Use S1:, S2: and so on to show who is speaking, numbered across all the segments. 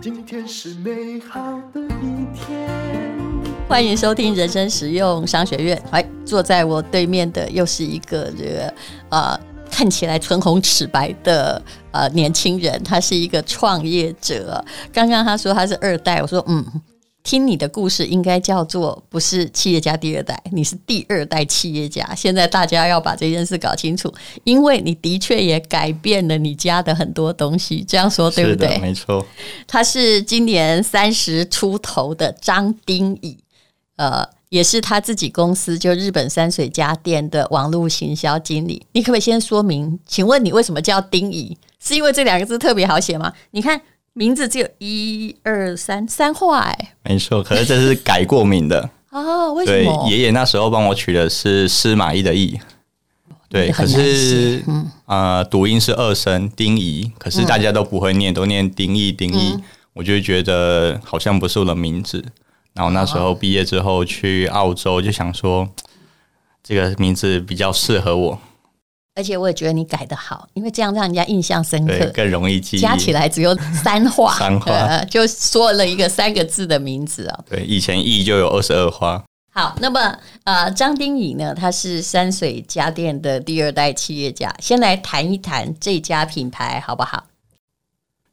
S1: 今天是美好的一天。
S2: 欢迎收听人生实用商学院。哎，坐在我对面的又是一个这个呃，看起来唇红齿白的呃年轻人，他是一个创业者。刚刚他说他是二代，我说嗯，听你的故事应该叫做不是企业家第二代，你是第二代企业家。现在大家要把这件事搞清楚，因为你的确也改变了你家的很多东西。这样说对不
S3: 是
S2: 对？
S3: 的，没错，
S2: 他是今年三十出头的张丁乙，呃，也是他自己公司就日本山水家电的网络行销经理。你可不可以先说明？请问你为什么叫丁乙？是因为这两个字特别好写吗？你看名字只有一二三三画哎、
S3: 没错。可是这是改过名的，
S2: 啊， 为什
S3: 对，
S2: 么？
S3: 爷爷那时候帮我取的是司马懿的懿，对，
S2: 哦很
S3: 可
S2: 难嗯
S3: 是呃，读音是二声丁仪，可是大家都不会念，都念丁义
S2: 嗯
S3: 丁义，我就觉得好像不是我的名字。然后那时候毕业之后去澳洲，就想说这个名字比较适合我，
S2: 而且我也觉得你改得好，因为这样让人家印象深
S3: 对，
S2: 刻。
S3: 更容易记忆。
S2: 加起来只有三画，
S3: 三画
S2: 呃，就说了一个三个字的名字哦。
S3: 对，以前义就有二十二花，
S2: 好，那么呃，张丁乙呢，他是山水家电的第二代企业家。先来谈一谈这家品牌好不好？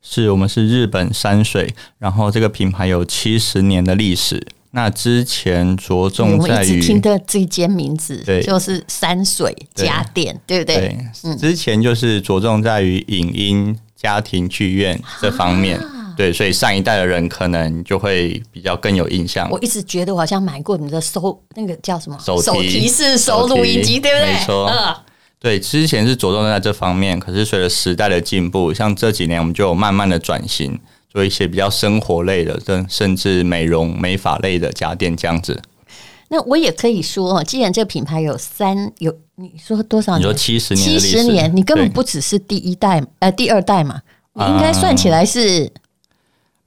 S3: 是我们是日本山水，然后这个品牌有七十年的历史。那之前着重
S2: 我们
S3: 在
S2: 一直
S3: 于
S2: 听的这间名字
S3: 对
S2: 就是山水家电，对不对？
S3: 对，之前就是着重在于影音、家庭剧院这方面。
S2: 啊
S3: 对，所以上一代的人可能就会比较更有印象。
S2: 我一直觉得我好像买过你们的收那个叫什么
S3: 手提
S2: 提式手录音机，
S3: 手提
S2: 对不对？
S3: 没错
S2: 嗯
S3: 对，之前是着重在这方面，可是随着时代的进步，像这几年我们就有慢慢的转型，做一些比较生活类的，甚甚至美容、美发类的家电这样子。
S2: 那我也可以说，既然这个品牌有三有，你说多少
S3: 你说
S2: 年？
S3: 七十年的
S2: 七
S3: 历史，
S2: 十年，你根本
S3: 对啊
S2: 不只是第一代，呃，第二代嘛，你应该算起来是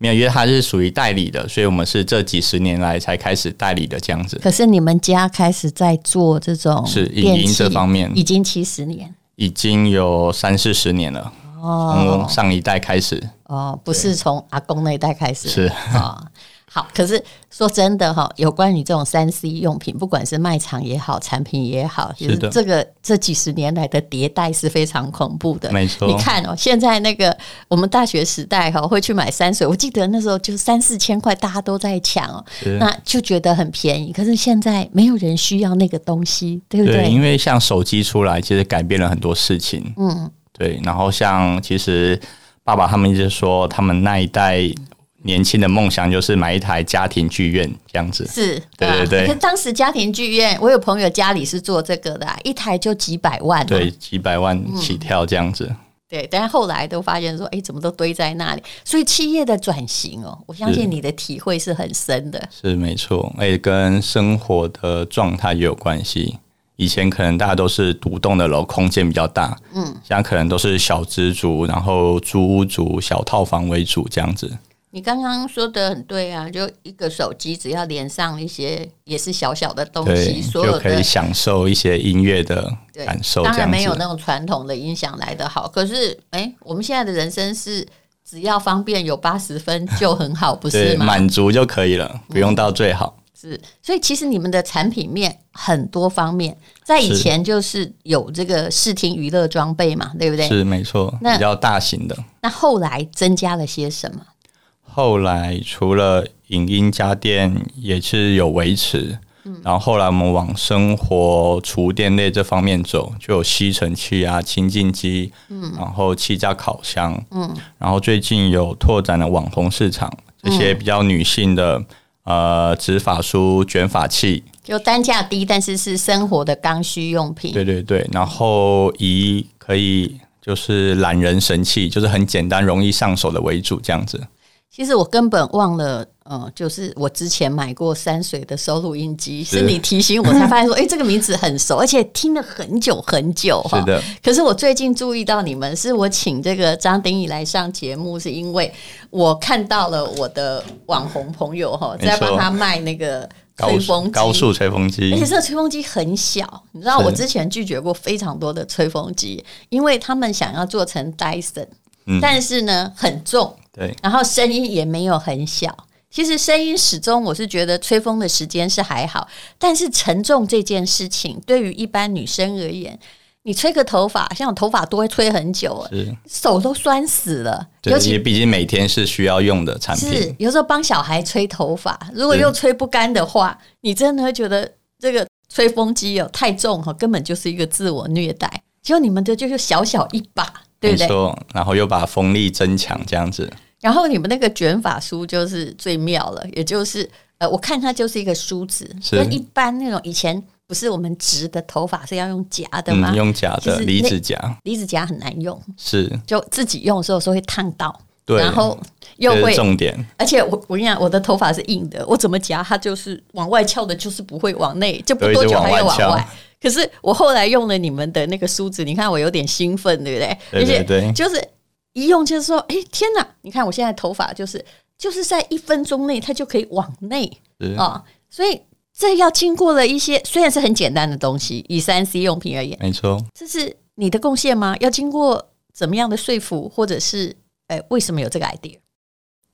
S3: 没有，因为它是属于代理的，所以我们是这几十年来才开始代理的这样子。
S2: 可是你们家开始在做这种
S3: 是
S2: 电
S3: 影音
S2: 器
S3: 这方面
S2: 已经七十年
S3: 已经有三四十年了，从
S2: 哦
S3: 上一代开始
S2: 哦，不是从阿公那一代开始
S3: 是
S2: 啊、哦。好，可是说真的哈、有关于这种三 C 用品，不管是卖场也好，产品也好，就是
S3: 的
S2: 这个这几十年来的迭代是非常恐怖的。
S3: 没错
S2: 你看哦，现在那个我们大学时代哈、会去买山水，我记得那时候就三四千块，大家都在抢哦，
S3: 是
S2: 那就觉得很便宜。可是现在没有人需要那个东西，对不
S3: 对，因为像手机出来，其实改变了很多事情。
S2: 嗯，
S3: 对，然后像其实爸爸他们一直说，他们那一代年轻的梦想就是买一台家庭剧院这样子。
S2: 是，
S3: 对
S2: 啊
S3: 对对
S2: 可是当时家庭剧院，我有朋友家里是做这个的啊、一台就几百万、嘛。
S3: 对，几百万起跳这样子，
S2: 对，但后来都发现说，哎，怎么都堆在那里？所以企业的转型哦，我相信你的体会是很深的。
S3: 是没错。而且跟生活的状态也有关系。以前可能大家都是独栋的楼，空间比较大，嗯，现在可能都是小资族，然后租屋族、小套房为主这样子。
S2: 你刚刚说的很对啊，就一个手机，只要连上一些也是小小的东
S3: 对，
S2: 西，所有
S3: 就可
S2: 的
S3: 以享受一些音乐的
S2: 对
S3: 感受，
S2: 当
S3: 这
S2: 然
S3: 样
S2: 没有
S3: 子。
S2: 那种传统的音响来的好。可是，哎，我们现在的人生是只要方便有八十分就很好，不是
S3: 对，
S2: 吗？嗯
S3: 满足就可以了，不用到最好。
S2: 是，所以其实你们的产品面很多方面，在以
S3: 是
S2: 前就是有这个视听娱乐装备嘛，对不对？
S3: 是没错，
S2: 那
S3: 比较大型的。
S2: 那后来增加了些什么？
S3: 后来除了影音家电也是有维持，
S2: 嗯
S3: 然后后来我们往生活厨电类这方面走，就有吸尘器啊、清净机，
S2: 嗯
S3: 然后气炸烤箱，嗯，然后最近有拓展了网红市场，
S2: 嗯
S3: 这些比较女性的。呃，直发梳、卷发器，
S2: 就单价低，但是是生活的刚需用品。
S3: 对对对，然后以可以就是懒人神器，就是很简单、容易上手的为主，这样子。
S2: 其实我根本忘了，呃，就是我之前买过山水的收录音机，是
S3: 是
S2: 你提醒我才发现说，哎、这个名字很熟，而且听了很久很久哈。
S3: 是的，
S2: 可是我最近注意到你们，是我请这个张丁乙来上节目，是因为我看到了我的网红朋友哈，
S3: 没错
S2: 在帮他卖那个
S3: 高
S2: 吹风机
S3: 高速吹风
S2: 而
S3: 机
S2: 且，这个吹风机很小，你知道
S3: 是
S2: 我之前拒绝过非常多的吹风机，因为他们想要做成 Dyson，、
S3: 嗯
S2: 但是呢很重，
S3: 对，
S2: 然后声音也没有很小。其实声音始终我是觉得吹风的时间是还好，但是沉重这件事情对于一般女生而言，你吹个头发，像我头发都会吹很久，
S3: 是，
S2: 手都酸死了，尤
S3: 对，
S2: 其
S3: 也毕竟每天是需要用的产
S2: 是
S3: 品，
S2: 有时候帮小孩吹头发，如果又吹不干的话，你真的会觉得这个吹风机哦太重哦，根本就是一个自我虐待。结果你们的就是小小一把，对
S3: 没
S2: 不对？
S3: 错。然后又把风力增强，这样子，
S2: 然后你们那个卷发梳就是最妙了，也就是呃，我看它就是一个梳子，
S3: 是
S2: 跟一般那种以前不是我们直的头发是要用夹的吗
S3: 嗯，？用假
S2: 其
S3: 的
S2: 实
S3: 离
S2: 那
S3: 子夹
S2: 离子夹很难用，
S3: 是，
S2: 就自己用的时候有时候会烫到，
S3: 对，
S2: 然后又
S3: 这是
S2: 会
S3: 重点，
S2: 而且我我跟你讲，我的头发是硬的，我怎么夹它就是往外翘的，就是不会往内，就不
S3: 对
S2: 多
S3: 一直
S2: 久
S3: 往
S2: 还要
S3: 外
S2: 往
S3: 翘
S2: 外。可是我后来用了你们的那个梳子，你看我有点兴奋，对不对？
S3: 对对对
S2: 而且就是一用就是说，哎、天哪！你看我现在头发就是就是在一分钟内它就可以往内
S3: 是
S2: 啊、所以这要经过了一些虽然是很简单的东西，以三 C 用品而言，
S3: 没错。
S2: 这是你的贡献吗？要经过怎么样的说服，或者是哎、为什么有这个 idea？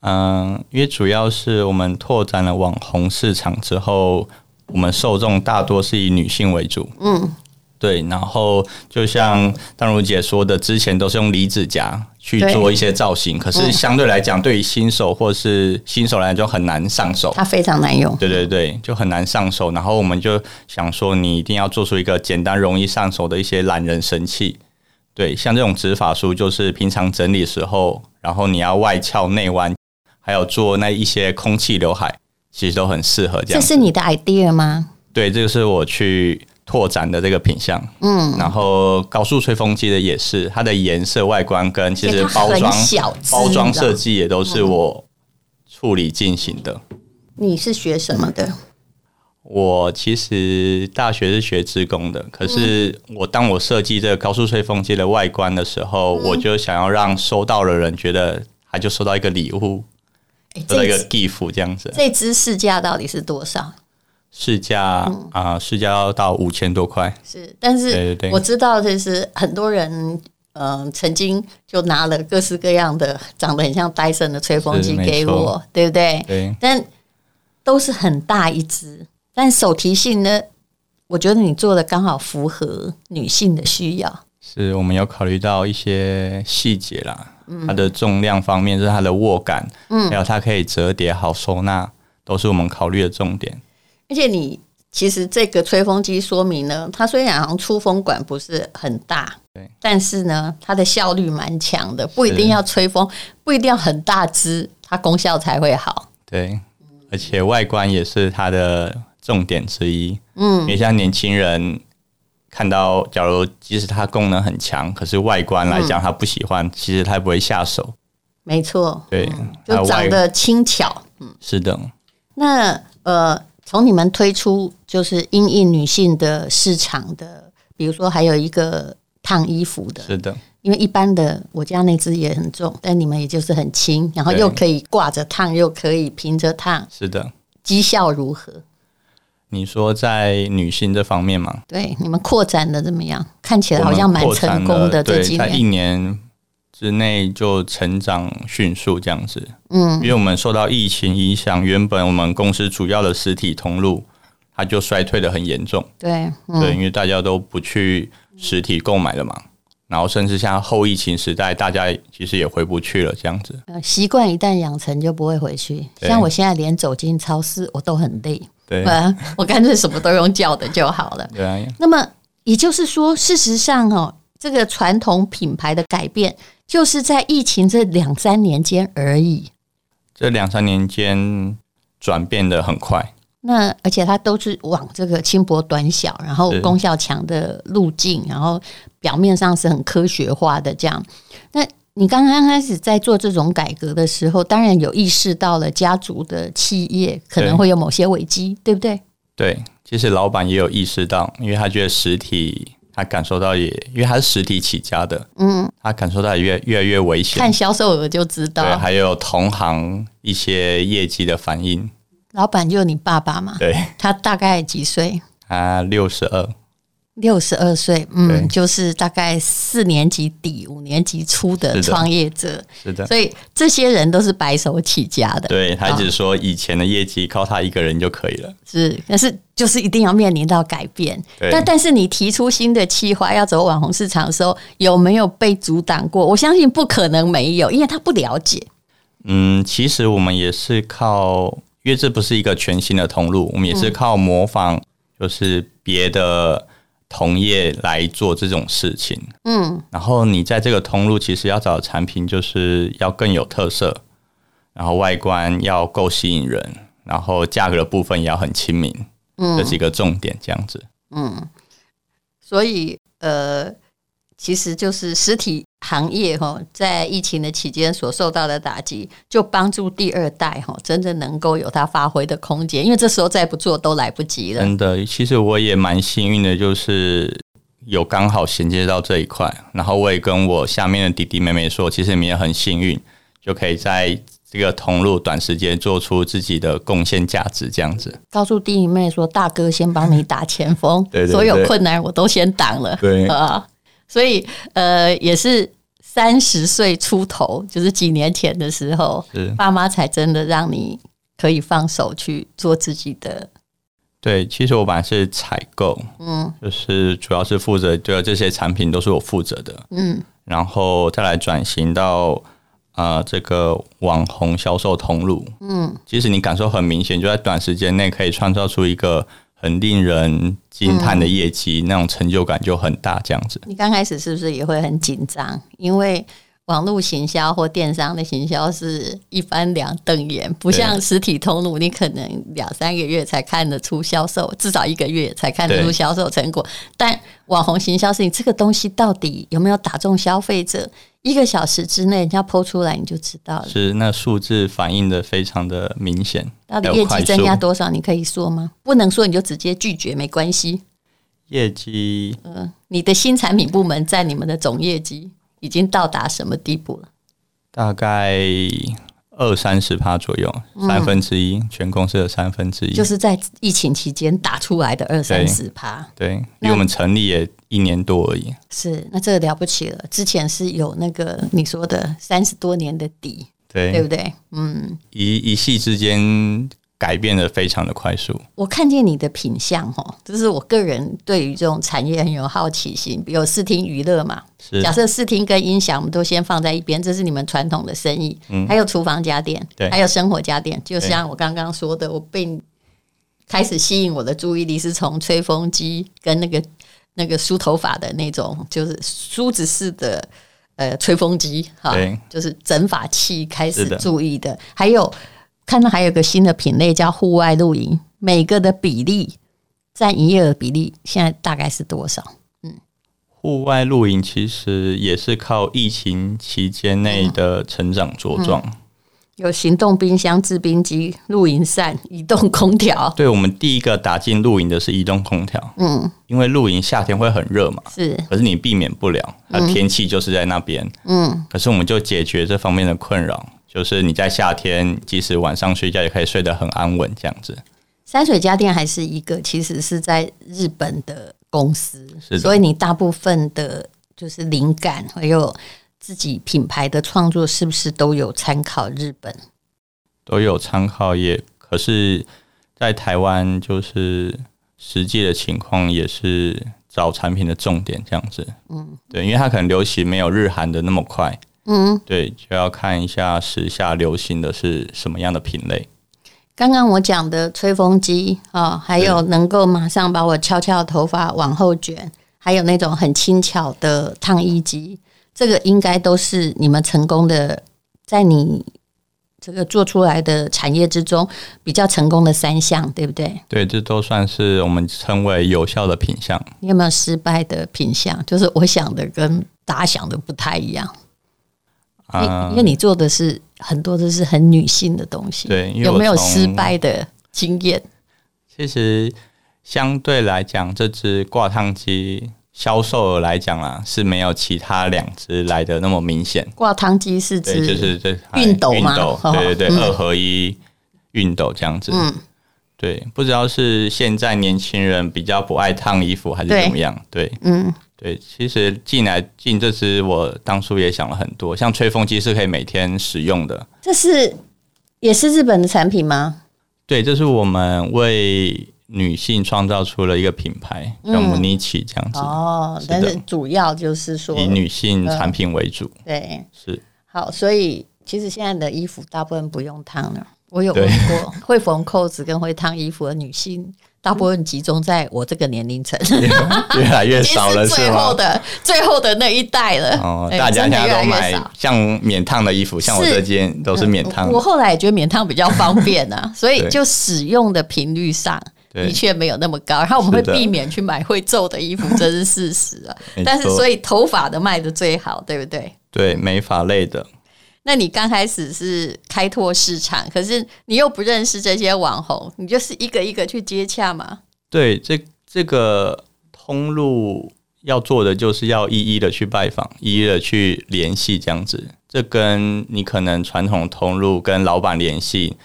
S3: 嗯，因为主要是我们拓展了网红市场之后，我们受众大多是以女性为主。
S2: 嗯。
S3: 对，然后就像淡如姐说的，之前都是用离子夹去
S2: 对
S3: 做一些造型，可是相对来讲，对于新手或是新手来讲就很难上手。
S2: 它非常难用。
S3: 对对
S2: 嗯
S3: 对，就很难上手。然后我们就想说，你一定要做出一个简单容易上手的一些懒人神器。对，像这种指法梳，就是平常整理时候，然后你要外翘、内弯，还有做那一些空气刘海，其实都很适合这
S2: 这
S3: 样。
S2: 是你的 idea 吗？
S3: 对，这个是我去拓展的这个品相。
S2: 嗯，
S3: 然后高速吹风机的也是，它的颜色、外观跟其实
S2: 而且它
S3: 包
S2: 很
S3: 装、
S2: 小嗯只
S3: 包
S2: 你
S3: 装
S2: 知道
S3: 设计也都是我处理进行的。
S2: 你是学什么的？
S3: 我其实大学是学职工的，可是我当我设计这个高速吹风机的外观的时候，我就想要让收到的人觉得他就收到一个礼物，
S2: 哎
S3: 收到一个
S2: 这
S3: gift 嗯这样子，
S2: 这支市价到底是多少？
S3: 市价啊、市价要到五千多块，
S2: 是，但
S3: 对对
S2: 是
S3: 对
S2: 我知道，就是很多人，嗯、曾经就拿了各式各样的长得很像戴森的吹风
S3: 是
S2: 机
S3: 没
S2: 给
S3: 错
S2: 我，对不对？
S3: 对，
S2: 但都是很大一支，但手提性呢，我觉得你做的刚好符合女性的需要。
S3: 是我们有考虑到一些细节啦，它的重量方面，就是它的握感，嗯，还有它可以折叠好收纳，都是我们考虑的重点。
S2: 而且你其实这个吹风机说明呢，它虽然好像出风管不是很大，
S3: 对，
S2: 但是呢，它的效率蛮强的，不一定要吹风，不一定要很大支，它功效才会好。
S3: 对，而且外观也是它的重点之一。嗯，也像年轻人看到，假如即使它功能很强，可是外观来讲他不喜欢，其实他也不会下手。
S2: 没错，
S3: 对，还有
S2: 嗯就长
S3: 外
S2: 得轻巧。
S3: 是的，
S2: 那呃，从你们推出就是因应女性的市场的，比如说还有一个烫衣服的，
S3: 是的，
S2: 因为一般的我家那只也很重，但你们也就是很轻，然后
S3: 对
S2: 又可以挂着烫，又可以平着烫，
S3: 是的。
S2: 绩效如何？
S3: 你说在女性这方面嘛，
S2: 对，你们扩展的怎么样？看起来
S3: 我
S2: 好
S3: 们
S2: 像蛮
S3: 扩展
S2: 成功的
S3: 了
S2: 这
S3: 对，
S2: 几
S3: 在一
S2: 年。
S3: 年之内就成长迅速这样子。
S2: 嗯，
S3: 因为我们受到疫情影响，原本我们公司主要的实体通路，它就衰退的很严重。
S2: 对，
S3: 对，
S2: 嗯，
S3: 因为大家都不去实体购买了嘛，然后甚至像后疫情时代，大家其实也回不去了，这样子。
S2: 呃习惯一旦养成就不会回去。
S3: 对
S2: 像我现在连走进超市我都很累，
S3: 对，
S2: 呃， 我干脆什么都用叫的就好了。
S3: 对啊，
S2: 那么也就是说，事实上哦，这个传统品牌的改变，就是在疫情这两三年间而已。
S3: 这两三年间转变的很快，
S2: 那而且它都是往这个轻薄短小，然后
S3: 是
S2: 功效强的路径，然后表面上是很科学化的这样。那你刚刚开始在做这种改革的时候，当然有意识到了家族的企业可能
S3: 对
S2: 会有某些危机，对不对？
S3: 对，其实老板也有意识到，因为他觉得实体，他感受到也，因为他是实体起家的，嗯，他感受到也越越来越危险
S2: 看，销售额就知
S3: 对，
S2: 道。
S3: 还有同行一些业绩的反应，
S2: 老板就是你爸爸嘛，
S3: 对，
S2: 他大概几岁？
S3: 他六十二，
S2: 六十二岁，
S3: 对
S2: 嗯，就是大概四年级底、五年级初
S3: 是
S2: 的
S3: 的
S2: 创业者，
S3: 是的。
S2: 所以这些人都是白手起家的，
S3: 对他一直
S2: 啊
S3: 说以前的业绩靠他一个人就可以了。
S2: 是，但是就是一定要面临到改变。
S3: 对
S2: 但但是你提出新的企划要走网红市场的时候，有没有被阻挡过？我相信不可能没有，因为他不了解。
S3: 嗯，其实我们也是靠，因为这不是一个全新的通路，我们也是靠模仿，就是别的同业来做这种事情。
S2: 嗯，
S3: 然后你在这个通路，其实要找的产品就是要更有特色，然后外观要够吸引人，然后价格的部分也要很亲民，嗯，这几个重点这样子。
S2: 嗯所以呃，其实就是实体行业哈，在疫情的期间所受到的打击，就帮助第二代哈，真正能够有它发挥的空间，因为这时候再不做都来不及了。
S3: 真的，其实我也蛮幸运的，就是有刚好衔接到这一块，然后我也跟我下面的弟弟妹妹说，其实你们也很幸运，就可以在这个同路短时间做出自己的贡献价值，这样子。
S2: 告诉弟弟妹说：“大哥先帮你打前锋，
S3: 对对对
S2: 所有困难我都先挡了。”
S3: 对
S2: 啊，所以呃，也是三十岁出头，就是几年前的时候，
S3: 是
S2: 爸妈才真的让你可以放手去做自己的。
S3: 对，其实我本来是采购，
S2: 嗯
S3: 就是主要是负责对这些产品都是我负责的，
S2: 嗯
S3: 然后再来转型到呃这个网红销售通路。
S2: 嗯
S3: 其实你感受很明显，就在短时间内可以创造出一个很令人惊叹
S2: 嗯
S3: 的业绩，那种成就感就很大。这样子，
S2: 你刚开始是不是也会很紧张？因为网络行销或电商的行销是一翻两瞪眼，不
S3: 对
S2: 像实体通路，你可能两三个月才看得出销售，至少一个月才看得出
S3: 对
S2: 销售成果。但网红行销是你这个东西到底有没有打中消费者，一个小时之内人家剖出来你就知道了。
S3: 是那数字反映的非常的明显，
S2: 到底
S3: 还有
S2: 业
S3: 快
S2: 绩
S3: 速
S2: 增加多少？你可以说吗？不能说你就直接拒绝，没关系。
S3: 业绩
S2: 嗯，你的新产品部门在你们的总业绩已经到达什么地步了？
S3: 大概二三十趴左右，三分之一，全公司的三分之
S2: 嗯
S3: 一，
S2: 就是在疫情期间打出来的二三十趴，
S3: 对，
S2: 那
S3: 离我们成立也一年多而已。
S2: 是那这个了不起了。之前是有那个你说的三十多年的底，对不对？嗯，
S3: 一一夕之间改变的非常的快速。
S2: 我看见你的品相哦，就是我个人对于这种产业很有好奇心，有视听娱乐嘛。
S3: 是
S2: 假设视听跟音响我们都先放在一边，这是你们传统的生意，还有厨房家电，
S3: 嗯对
S2: 还有生活家电，就
S3: 对
S2: 像我刚刚说的，我被你开始吸引我的注意力是从吹风机跟那个那个梳头发的那种，就是梳子式的呃吹风机哈
S3: 对，
S2: 就是整发器开始
S3: 是的
S2: 注意的，还有看到还有个新的品类叫户外露营，每个的比例占营业额比例现在大概是多少？
S3: 户外露营其实也是靠疫情期间内的成长茁
S2: 嗯
S3: 壮。
S2: 有行动冰箱、制冰机、露营扇、 移动空调，
S3: 对我们第一个打进露营的是移动空调，
S2: 嗯，
S3: 因为露营夏天会很热嘛，
S2: 是，
S3: 可是你避免不了，它天气就是在那边。
S2: 嗯，
S3: 可是我们就解决这方面的困扰，就是你在夏天即使晚上睡觉也可以睡得很安稳，这样子。
S2: 山水家电还是一个，其实是在日本的公司，
S3: 是的
S2: 所以你大部分的就是灵感还有自己品牌的创作，是不是都有参考日本？
S3: 都有参考也，可是，在台湾就是实际的情况也是找产品的重点这样子。嗯，对，因为它可能流行没有日韩的那么快，
S2: 嗯，
S3: 对，就要看一下时下流行的是什么样的品类。
S2: 刚刚我讲的吹风机啊、哦，还有能够马上把我悄悄的头发往后卷，还有那种很轻巧的烫衣机，这个应该都是你们成功的，在你这个做出来的产业之中比较成功的三项，对不对？
S3: 对，这都算是我们称为有效的品相。
S2: 你有没有失败的品相？就是我想的跟大家想的不太一样，因
S3: 啊
S2: 因为你做的是很多都是很女性的东西，
S3: 对因为
S2: 有没有
S3: 我从
S2: 失败的经验？
S3: 其实相对来讲，这只挂烫机销售额来讲啦，是没有其他两只来的那么明显。
S2: 挂汤机是指
S3: 对，就是这
S2: 熨斗
S3: 运
S2: 嘛
S3: 动，
S2: 哦
S3: 对对
S2: 嗯
S3: 对，二合一熨斗这样子。
S2: 嗯，
S3: 对，不知道是现在年轻人比较不爱烫衣服还是
S2: 对
S3: 怎么样。对
S2: 嗯，
S3: 对，其实进来进这支，我当初也想了很多，像吹风机是可以每天使用的。
S2: 这是也是日本的产品吗？
S3: 对，这是我们为女性创造出了一个品牌，叫
S2: 嗯
S3: Monichi 这样子，
S2: 哦，
S3: 是的
S2: 但是主要就是说，
S3: 以女
S2: 嗯
S3: 性产品为主。
S2: 对，
S3: 是
S2: 好，所以其实现在的衣服大部分不用烫了。我有问
S3: 对
S2: 过， 会缝扣子跟会烫衣服的女性，大部分集中在我这个年龄层，
S3: 越来越
S2: 啊已经
S3: 少了，
S2: 是
S3: 是
S2: 最
S3: 吗
S2: 后？的最后的那一代了。
S3: 哦，
S2: 哎
S3: 大家
S2: 真的
S3: 现在
S2: 越来
S3: 都
S2: 越
S3: 买
S2: 少
S3: 像免烫的衣服，像我
S2: 是嗯
S3: 这件都是免烫
S2: 我
S3: 的。
S2: 后来也觉得免烫比较方便 啊，所以就使用的频率上。
S3: 对
S2: 的确没有那么高，然后我们会
S3: 是的
S2: 避免去买会皱的衣服，这是事实啊
S3: 没。错
S2: 但是所以头发的卖的最好，对不对？
S3: 对，美发类的，
S2: 那你刚开始是开拓市场，可是你又不认识这些网红，你就是一个一个去接洽嘛。
S3: 对这这个通路要做的就是要一一的去拜访，一一的去联系，这样子。这跟你可能传统通路跟老板联系，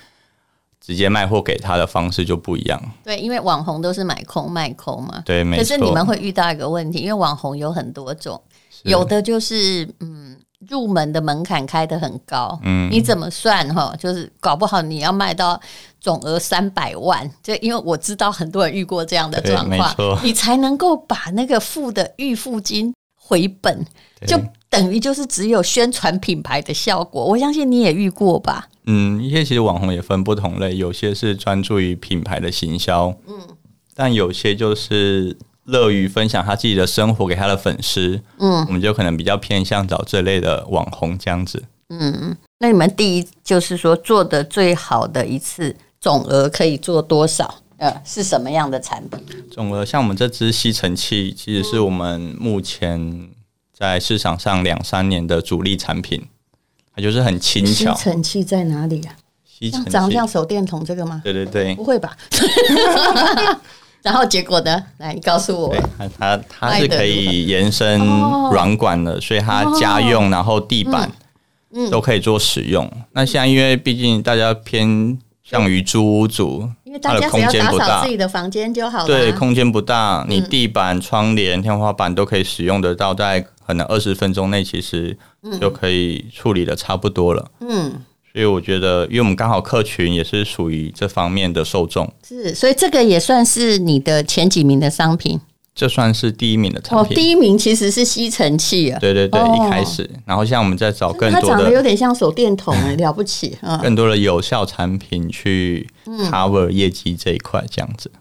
S3: 直接卖货给他的方式就不一样。
S2: 对，因为网红都是买空卖空嘛。
S3: 对，没
S2: 可
S3: 错。
S2: 是你们会遇到一个问题，因为网红有很多种，有的就是嗯，入门的门槛开得很高，
S3: 嗯
S2: 你怎么算哈？就是搞不好你要卖到总额三百万，就因为我知道很多人遇过这样的
S3: 对
S2: 状
S3: 没
S2: 况
S3: 错，
S2: 你才能够把那个付的预付金回本，
S3: 对
S2: 就等于就是只有宣传品牌的效果。我相信你也遇过吧？
S3: 嗯，一些其实网红也分不同类，有些是专注于品牌的行销，嗯，但有些就是乐于分享他自己的生活给他的粉丝，
S2: 嗯，
S3: 我们就可能比较偏向找这类的网红这样子。
S2: 那你们第一就是说做的最好的一次总额可以做多少？呃，是什么样的产品？
S3: 总而像我们这支吸尘器，其实是我们目前在市场上两三年的主力产品，它就是很轻
S2: 吸
S3: 巧，
S2: 尘器在哪里啊？
S3: 吸尘
S2: 像长得
S3: 器，
S2: 像手电筒这个吗？
S3: 对对对
S2: 不，会吧？ 然后结果呢？来，你告诉我
S3: 对。它它它是可以延伸
S2: 哦
S3: 软管的，所以它家用然后地板
S2: 嗯
S3: 都可以做使用。那现在因为毕竟大家偏向于租屋族
S2: 因为，
S3: 它
S2: 大
S3: 的
S2: 家只
S3: 空
S2: 要
S3: 间
S2: 打
S3: 不
S2: 扫
S3: 大
S2: 自，己的房间就好了。啊
S3: 对，空间不大，你地板、窗帘、天花板都可以使用得到，在可能二十分钟内其实就可以处理的差不多了。
S2: 嗯，
S3: 所以我觉得，因为我们刚好客群也是属于这方面的受众，
S2: 是，所以这个也算是你的前几名的商品。
S3: 这算是第一名的产
S2: 哦，
S3: 品。
S2: 第一名其实是吸尘器啊，
S3: 对对对，
S2: 哦
S3: 一开始，然后像我们在找更
S2: 它
S3: 多
S2: 长得有
S3: 的、
S2: 点像手电筒，哎，了不起啊！
S3: 更多的有效产品去
S2: 嗯
S3: cover 业绩这一块，这样子。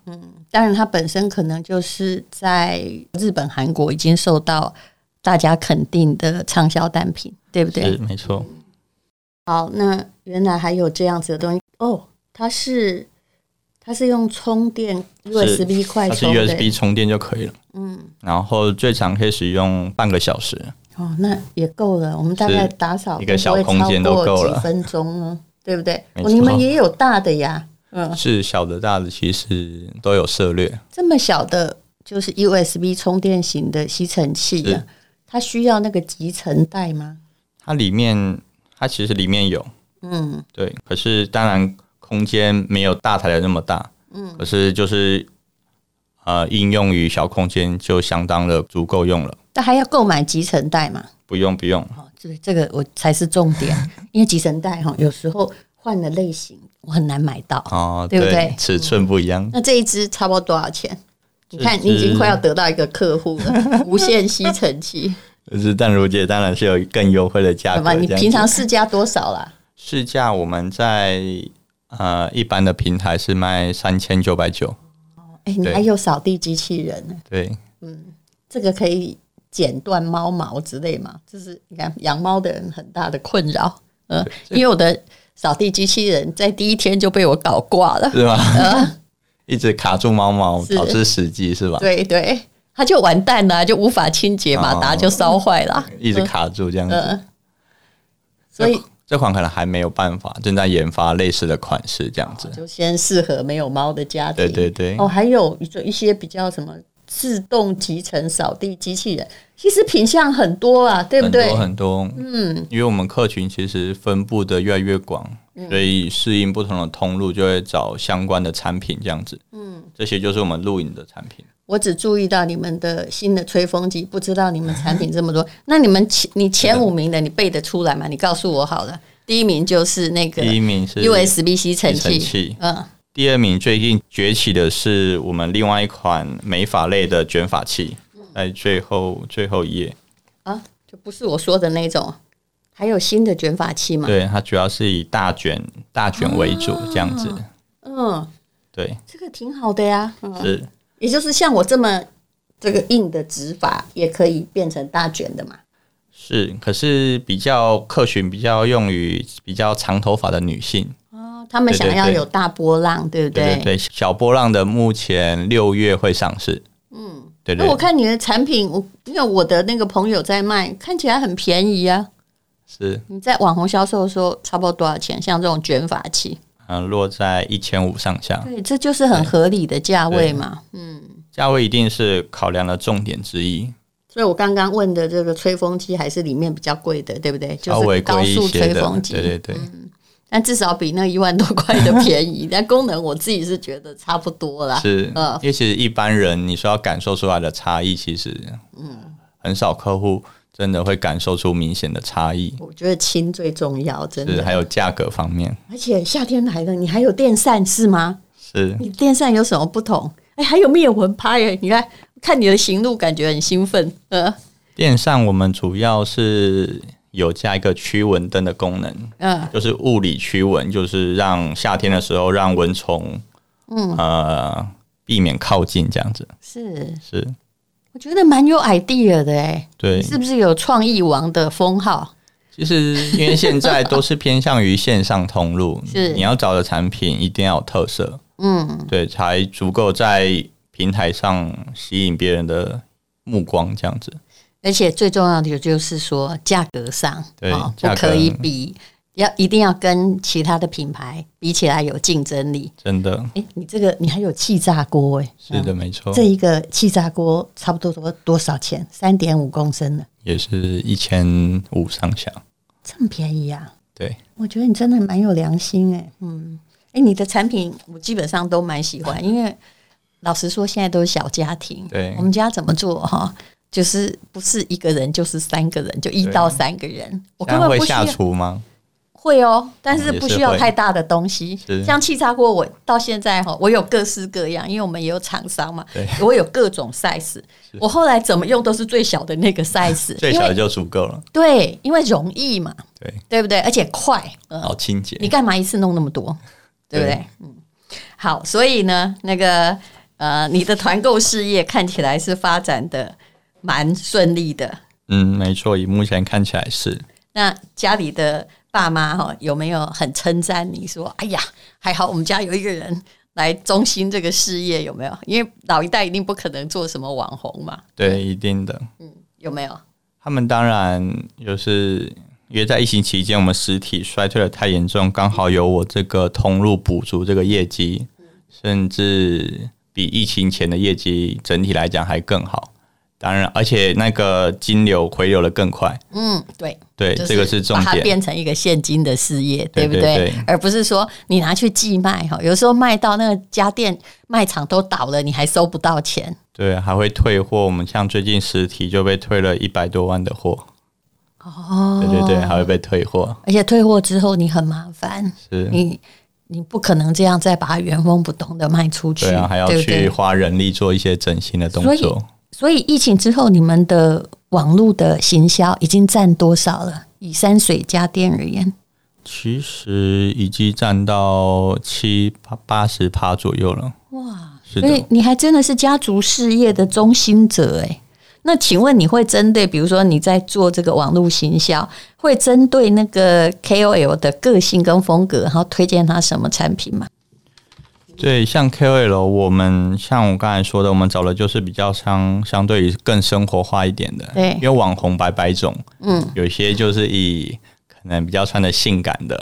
S2: 当然，它本身可能就是在日本、韩国已经受到大家肯定的畅销单品，对不
S3: 是
S2: 对？
S3: 没错。
S2: 好，那原来还有这样子的东西哦，它是它是用充电 USB 快
S3: 它是
S2: 充的
S3: USB 充电就可以了。嗯，然后最长可以使用半个小时。
S2: 哦，那也够了。我们大概打扫
S3: 一个小空间都够
S2: 会不
S3: 了
S2: 会超过几分钟呢，对不对？哦
S3: 没错
S2: 你们也有大的呀，嗯，
S3: 是小的、大的，其实都有涉略。
S2: 这么小的就是 USB 充电型的吸尘器呀、
S3: 是
S2: 它需要那个集尘袋吗？
S3: 它里面，它其实里面有，
S2: 嗯，
S3: 对，可是当然空间没有大台的那么大，嗯，可是就是呃，应用于小空间就相当的足够用了，
S2: 那还要购买集尘袋吗？
S3: 不用不用，
S2: 哦，这这个我才是重 点，因为集成袋哈，有时候换了类型，我很难买到。
S3: 哦，
S2: 对不对
S3: 尺寸不一样，
S2: 那这一支差不多多少钱？你看，
S3: 这
S2: 你
S3: 支
S2: 已经快要得到一个客户了， 无线吸尘 器，
S3: 就是淡如姐当然是有更优惠的价
S2: 好
S3: 格
S2: 吧？
S3: 这样
S2: 你
S3: 子。
S2: 平常市价多少啦？
S3: 市价我们在呃一般的平台是卖三千九百九，
S2: 哎，你
S3: 对
S2: 还有扫地机器人呢，
S3: 对，
S2: 这个可以剪断猫毛之类嘛？就是你看养猫的人很大的困扰，嗯，因为我的扫地机器人在第一天就被我搞挂了。
S3: 是吗？ 一直卡住猫毛，
S2: 呃是
S3: 导致时机是吧？
S2: 对对，它就完蛋了，就无法清洁，马达
S3: 哦
S2: 就烧坏了。
S3: 一直卡住这样子。
S2: 呃，所以
S3: 这这款可能还没有办法，正在研发类似的款式这样子。
S2: 就先适合没有猫的家庭。
S3: 对对对
S2: 哦，还有就一些比较什么自动集成扫地机器人，其实品相很多啊，对不
S3: 很
S2: 对
S3: 多？很多，嗯，因为我们客群其实分布的越来越广，所以适应不同的通路就会找相关的产品这样子。嗯，这些就是我们录影的产品。
S2: 我只注意到你们的新的吹风机，不知道你们产品这么 多。那你们前你前五名的，你背得出来吗？你告诉我好了。第一名就是那个
S3: 第一名是
S2: USB C 成器，
S3: 吸尘器
S2: 嗯，
S3: 第二名最近崛起的是我们另外一款美发类的卷发器，
S2: 嗯
S3: 在最后最后一页，
S2: 啊，就不是我说的那种。还有新的卷发器嘛？
S3: 对它主要是以大卷大卷为主这样子，
S2: 嗯，
S3: 对，
S2: 这个挺好的呀。嗯，
S3: 是
S2: 也就是像我这么这个硬的直发，也可以变成大卷的嘛。
S3: 是，可是比较客群比较用于比较长头发的女性，
S2: 哦，他们想
S3: 对对
S2: 要
S3: 对
S2: 有大波浪，对不
S3: 对对对，小波浪的目前六月会上市，嗯，对对
S2: 那我看你的产品，我因为我的那个朋友在卖，看起来很便宜啊。
S3: 是，
S2: 你在网红销售的时候，差不多多少钱？像这种卷发器，
S3: 嗯、落在一千五上下，
S2: 对，这就是很合理的价位嘛。嗯，
S3: 价位一定是考量的重点之一，
S2: 所以我刚刚问的这个吹风机还是里面比较贵的，对不对？
S3: 稍
S2: 就
S3: 微
S2: 是高
S3: 贵一
S2: 速
S3: 些
S2: 吹
S3: 的，
S2: 风机，嗯
S3: 对对对。
S2: 但至少比那一万多块的便宜。 但功能我自己是觉得差不多啦。
S3: 是，
S2: 嗯
S3: 因为其实一般人你说要感受出来的差异，其实嗯，很少客户真的会感受出明显的差异。
S2: 我觉得轻最重要，真
S3: 是，
S2: 的。
S3: 还有价格方面，
S2: 而且夏天来了，你还有电扇是吗？
S3: 是
S2: 你电扇有什么不同？哎、还有灭蚊拍耶！你看，看你的行路，感觉很兴奋。呃，
S3: 电扇我们主要是有加一个驱蚊灯的功能，
S2: 嗯，
S3: 就是物理驱蚊，就是让夏天的时候让蚊虫，嗯呃，避免靠近这样子。
S2: 是，
S3: 是
S2: 我觉得蛮有 idea 的哎，
S3: 对，
S2: 是不是有创意王的封号？，
S3: 其实因为现在都是偏向于线上通路
S2: 是
S3: 你要找的产品一定要有特色，
S2: 嗯，
S3: 对，才足够在平台上吸引别人的目光，这样子。
S2: 而且最重要的就是说价格上，
S3: 对
S2: 哦不
S3: 价格
S2: 可以比，要一定要跟其他的品牌比起来有竞争力。
S3: 真的
S2: 哎、你这个你还有气炸锅哎，
S3: 是的，没错
S2: 这，一个气炸锅差不多多多少钱？三点五公升呢，
S3: 也是一千五上下。
S2: 这么便宜啊！
S3: 对，
S2: 我觉得你真的蛮有良心哎、嗯，哎、你的产品我基本上都蛮喜欢，因为老实说，现在都是小家庭，
S3: 对
S2: 我们家怎么做哈？就是不是一个人，就是三个人，就一
S3: 对
S2: 到三个人，我根
S3: 那
S2: 本
S3: 会
S2: 不需要
S3: 下厨吗？
S2: 会哦，但是
S3: 嗯也是
S2: 不需要
S3: 会
S2: 太大的东西，
S3: 是
S2: 像气炸锅，我到现在哈，我有各式各样，因为我们也有厂商嘛
S3: 对，
S2: 我有各种 size，我后来怎么用都是最小的那个 size，
S3: 最
S2: 因
S3: 小
S2: 为
S3: 的就足够了。
S2: 对，因为容易嘛，
S3: 对，
S2: 对不对？而且快，嗯
S3: 好清洁。
S2: 你干嘛一次弄那么多？对不对？嗯，好，所以呢，那个呃，你的团购事业看起来是发展的蛮顺利的。
S3: 嗯，没错，以目前看起来是
S2: 那家里的爸妈哈、有没有很称赞你说：“哎呀，还好我们家有一个人来中心这个事业，有没有？”因为老一代一定不可能做什么网红嘛，
S3: 对一定的。
S2: 有没有？
S3: 他们当然就是因为在疫情期间，我们实体衰退的太严重，刚好有我这个通路补足这个业绩，甚至比疫情前的业绩整体来讲还更好。当然，而且那个金流回流的更快，
S2: 嗯，对，
S3: 对，
S2: 就
S3: 这个是重
S2: 把它
S3: 点。
S2: 变成一个现金的事业，
S3: 对
S2: 不
S3: 对对
S2: 而不是说你拿去寄卖哈，有时候卖到那个家电卖场都倒了，你还收不到钱。
S3: 对，还会退货。我们像最近实体就被退了一百多万的货，
S2: 哦
S3: 对对对，还会被退货。
S2: 而且退货之后你很麻烦，
S3: 是，
S2: 你你不可能这样再把它原封不动的卖出去，
S3: 对啊，还要
S2: 对不
S3: 去
S2: 对？
S3: 花人力做一些整形的动
S2: 所以
S3: 作。
S2: 所以疫情之后，你们的网络的行销已经占多少了？以山水家电而言，
S3: 其实已经占到七八八十趴左右了。
S2: 哇！
S3: 是
S2: 所以
S3: 的，
S2: 你还真的是家族事业的中心者诶。那请问你会针对，比如说你在做这个网络行销，会针对那个 KOL 的个性跟风格，然后推荐他什么产品吗？
S3: 对，像 KOL，我们像我刚才说的，我们找的就是比较相相对于更生活化一点的，
S2: 对
S3: 因为网红百百种，
S2: 嗯，
S3: 有些就是以可能比较穿的性感的，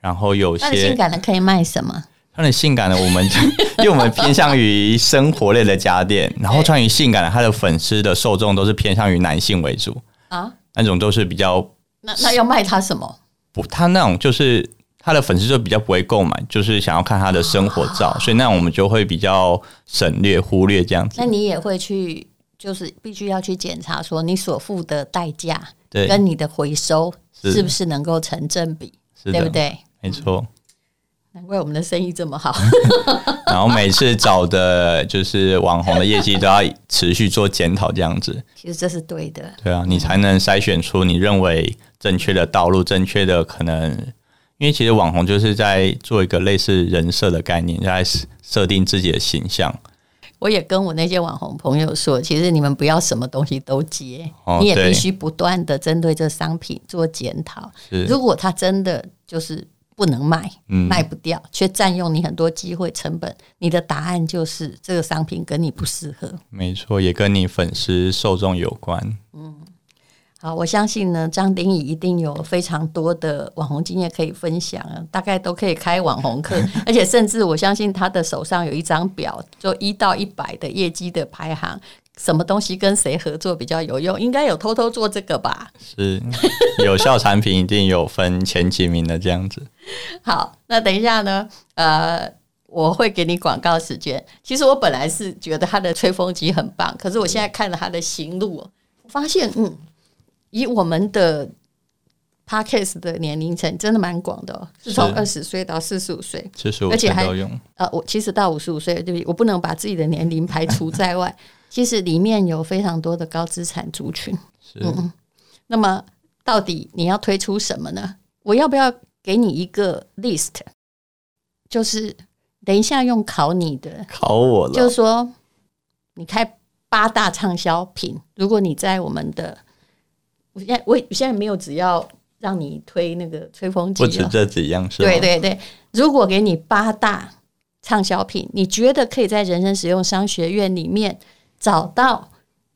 S3: 然后有
S2: 那你嗯性
S3: 些
S2: 感的可以卖什么？
S3: 穿的性感的，我们 因为我们偏向于生活类的家电，然后穿于性感的，他的粉丝的受众都是偏向于男性为主，
S2: 啊？
S3: 那种都是比较
S2: 那那要卖他什么？
S3: 不，他那种就是他的粉丝就比较不会购买，就是想要看他的生活
S2: 啊
S3: 照，所以那我们就会比较省略忽略这样子
S2: 那。你也会去，就是必须要去检查，说你所付的代价
S3: 对，
S2: 跟你的回收
S3: 是
S2: 是不是能够成正比，
S3: 是
S2: 对
S3: 的，
S2: 不？对？
S3: 没错。
S2: 难怪我们的生意这么 好。
S3: 然后每次找的就是网红的业绩都要持续做检讨，这样子，
S2: 其实这是对的，
S3: 对啊，你才能筛选出你认为正确的道路，正确的可能。因为其实网红就是在做一个类似人设的概念，在设定自己的形象。
S2: 我也跟我那些网红朋友说，其实你们不要什么东西都接，
S3: 哦
S2: 你也
S3: 对
S2: 必须不断的针对这商品做检讨。
S3: 是
S2: 如果它真的就是不能卖，
S3: 嗯
S2: 卖不掉，却占用你很多机会成本，你的答案就是这个商品跟你不适合。
S3: 没错，也跟你粉丝受众有关。
S2: 好，啊我相信呢，张丁仪一定有非常多的网红经验可以分享啊，大概都可以开网红课， 而且甚至我相信他的手上有一张表，就一到一百的业绩的排行，什么东西跟谁合作比较有用，应该有偷偷做这个吧。
S3: 是有效产品一定有分前几名的这样子。
S2: 好，那等一下呢，呃。我会给你广告时间。其实我本来是觉得他的吹风机很棒，可是我现在看了他的行路哦，我发现，嗯，以我们的 podcast 的年龄层真的蛮广的、哦，是从二十岁到四十五岁。
S3: 其实我
S2: 而且
S3: 全
S2: 还
S3: 都用，
S2: 呃，我其实到五十五岁，对不起，我不能把自己的年龄排除在外。其实里面有非常多的高资产族群。
S3: 是、
S2: 嗯那么，到底你要推出什么呢？我要不要给你一个 list？就是等一下用考你的，
S3: 考我了。
S2: 就是说你开八大畅销品，如果你在我们的，我现在我我现在没有只要让你推那个吹风机
S3: 不止
S2: 哦，
S3: 这几样是吗？
S2: 对对对，如果给你八大畅销品，你觉得可以在人生实用商学院里面找到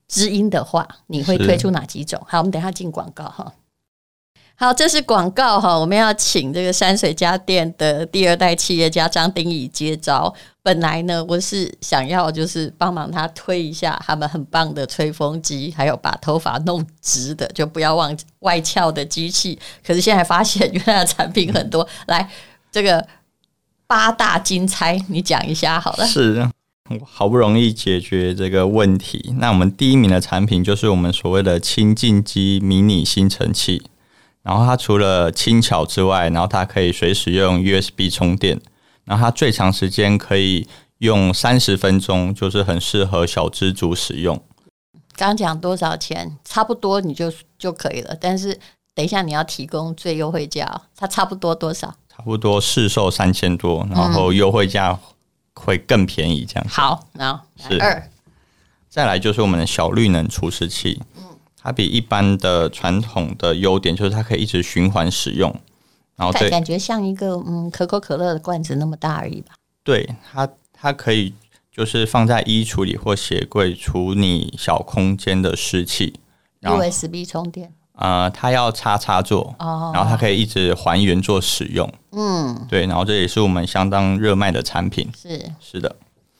S2: 知音的话，你会
S3: 是
S2: 推出哪几种？好，我们等一下进广告哈。好，这是广告哈，我们要请这个山水家电的第二代企业家张丁乙接招。本来呢，我是想要就是帮忙他推一下他们很棒的吹风机，还有把头发弄直的，就不要忘外翘的机器。可是现在发现原来的产品很多，来这个八大金钗，你讲一下好了。
S3: 是，我好不容易解决这个问题。那我们第一名的产品就是我们所谓的清净机迷你吸尘器，然后它除了轻巧之外，然后它可以随时用 USB 充电，然后它最长时间可以用三十分钟，就是很适合小资族使用。
S2: 刚讲多少钱，差不多你就就可以了。但是等一下你要提供最优惠价哦，它差不多多少？
S3: 差不多市售三千多，然后优惠价会更便宜这样。
S2: 好，然后来
S3: 是
S2: 二
S3: 再来就是我们的小绿能除湿器，它比一般的传统的优点就是它可以一直循环使用，然后
S2: 感
S3: 哦对
S2: 感觉像一个嗯可口可乐的罐子那么大而已吧。
S3: 对它它可以就是放在衣橱里或鞋柜除你小空间的湿气，然后
S2: USB 充电
S3: 呃它要插插座，
S2: 哦，
S3: 然后它可以一直还原做使用，
S2: 嗯，
S3: 对，然后这也是我们相当热卖的产品，
S2: 是
S3: 是的。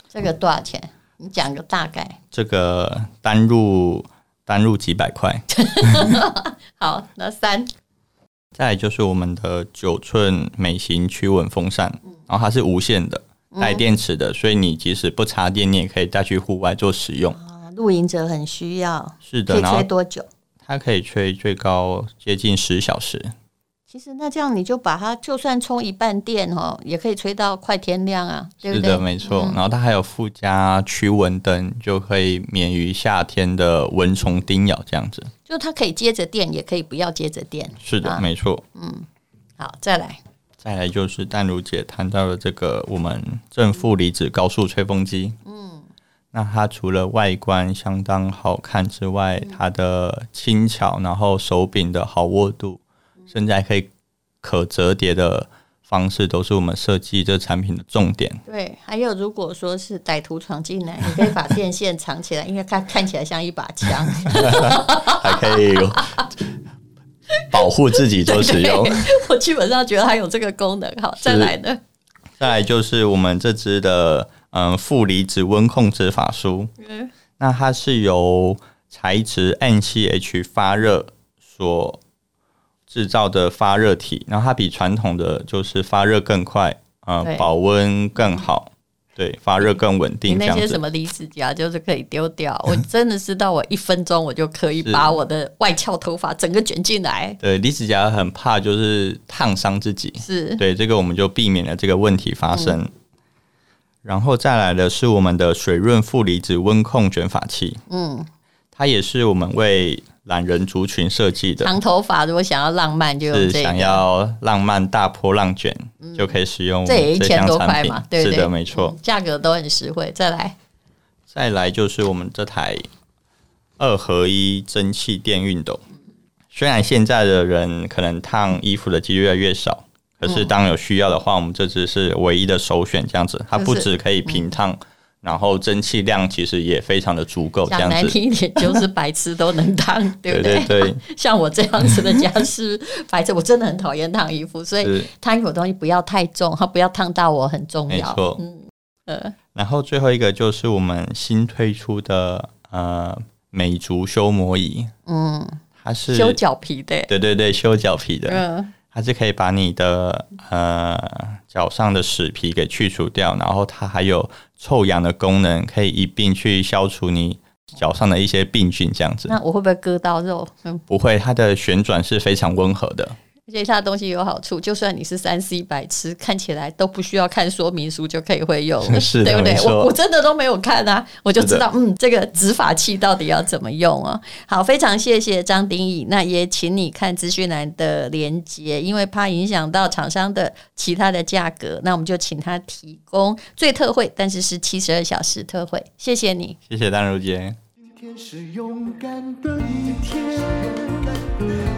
S2: 这个多少钱？你讲个大概。
S3: 这个单入单入几百块。
S2: 好，那三
S3: 再来就是我们的九寸美型驱蚊风扇，然后它是无线的，
S2: 嗯
S3: 带电池的，所以你即使不插电，你也可以带去户外做使用。
S2: 啊，露营者很需要，
S3: 是
S2: 可
S3: 的，
S2: 以
S3: 然
S2: 吹
S3: 后
S2: 多久？
S3: 它可以吹最高接近十小时。
S2: 其实那这样你就把它，就算充一半电哦，也可以吹到快天亮啊，对不
S3: 是
S2: 对？
S3: 的，没错。然后它还有附加驱蚊灯，就可以免于夏天的蚊虫叮咬这样子。
S2: 就它可以接着电，也可以不要接着电。
S3: 是的，
S2: 啊
S3: 没错。
S2: 好，再来
S3: 再来就是淡如姐谈到了这个我们正负离子高速吹风机，嗯，那它除了外观相当好看之外，它的轻巧，然后手柄的好握度，甚至还可以可折叠的方式，都是我们设计这产品的重点。
S2: 对，还有如果说是歹徒闯进来，你可以把电线藏起来， 因为它看起来像一把 枪。
S3: 还可以保护自己做 使用。
S2: 我基本上觉得它有这个功能。好，再来呢？
S3: 再来就是我们这支的嗯负离子温控制法梳，
S2: 嗯
S3: 那它是由材质 N 七 H 发热所制造的发热体，然后它比传统的就是发热更快，呃
S2: 对，
S3: 保温更好，对，发热更稳
S2: 你
S3: 定这
S2: 那
S3: 样
S2: 些什
S3: 子。
S2: 么离子夹就是可以丢掉， 我真的是到我一分钟我就可以
S3: 是
S2: 把我的外翘头发整个卷进来，
S3: 对，离子夹很怕就是烫伤自己，
S2: 是
S3: 对，这个我们就避免了这个问题发生。
S2: 嗯
S3: 然后再来的是我们的水润负离子温控卷发器，
S2: 嗯，
S3: 它也是我们为懒人族群设计的，
S2: 长头发如果想要浪漫就用
S3: 是
S2: 这
S3: 想
S2: 个，嗯
S3: 要浪漫大波浪卷，就可以使用
S2: 这也一
S3: 这
S2: 千
S3: 项
S2: 多块
S3: 产品
S2: 嘛，对不对？
S3: 是的，没错
S2: 嗯。，价格都很实惠。再来，
S3: 再来就是我们这台二合一蒸汽电熨斗，虽然现在的人可能烫衣服的几率越来越少，可
S2: 嗯
S3: 是当有需要的话，我们这只是唯一的首选，这样子，它
S2: 就是嗯
S3: 不止可以平烫，然后蒸汽量其实也非常的足够，这
S2: 讲
S3: 样
S2: 难
S3: 子。
S2: 听一点，就是白痴都能 烫，对不
S3: 对 对对，
S2: 像我这样子的家是白痴，我真的很讨厌烫衣服，所以
S3: 是
S2: 烫衣服的东西不要太重，它不要烫到我很重
S3: 没
S2: 要。
S3: 错。
S2: 呃，
S3: 然后最后一个就是我们新推出的呃美足修磨仪，
S2: 嗯，
S3: 它是
S2: 修脚皮的、
S3: 对对对修脚皮的，
S2: 嗯，
S3: 它是可以把你的呃脚上的屎皮给去除掉，然后它还有臭氧的功能，可以一并去消除你脚上的一些病菌，这样子。
S2: 那我会不会割到肉？嗯，
S3: 不会，它的旋转是非常温和的。
S2: 而且它的东西有好处，就算你是三 C 白痴，看起来都不需要看说明书就可以会用了，
S3: 是的啊
S2: 对不对
S3: 没？错
S2: 我我真的都没有看啊，我就知道，嗯，这个执法器到底要怎么用啊？好，非常谢谢张丁义，那也请你看资讯栏的连接，因为怕影响到厂商的其他的价格，那我们就请他提供最特惠，但是是七十二小时特惠，谢谢你。
S3: 谢谢丹如姐。
S1: 今天是勇敢的一天，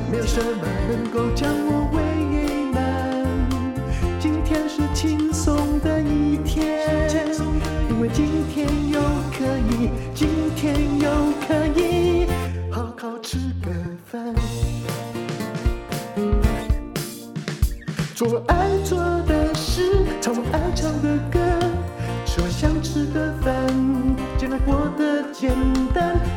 S1: 没有什么能够将我为难。今天是轻松的一天，因为今天又可以，今天又可以好好吃个饭，做我爱做的事，唱我爱唱的歌，吃我想吃的饭，尽量活得简单。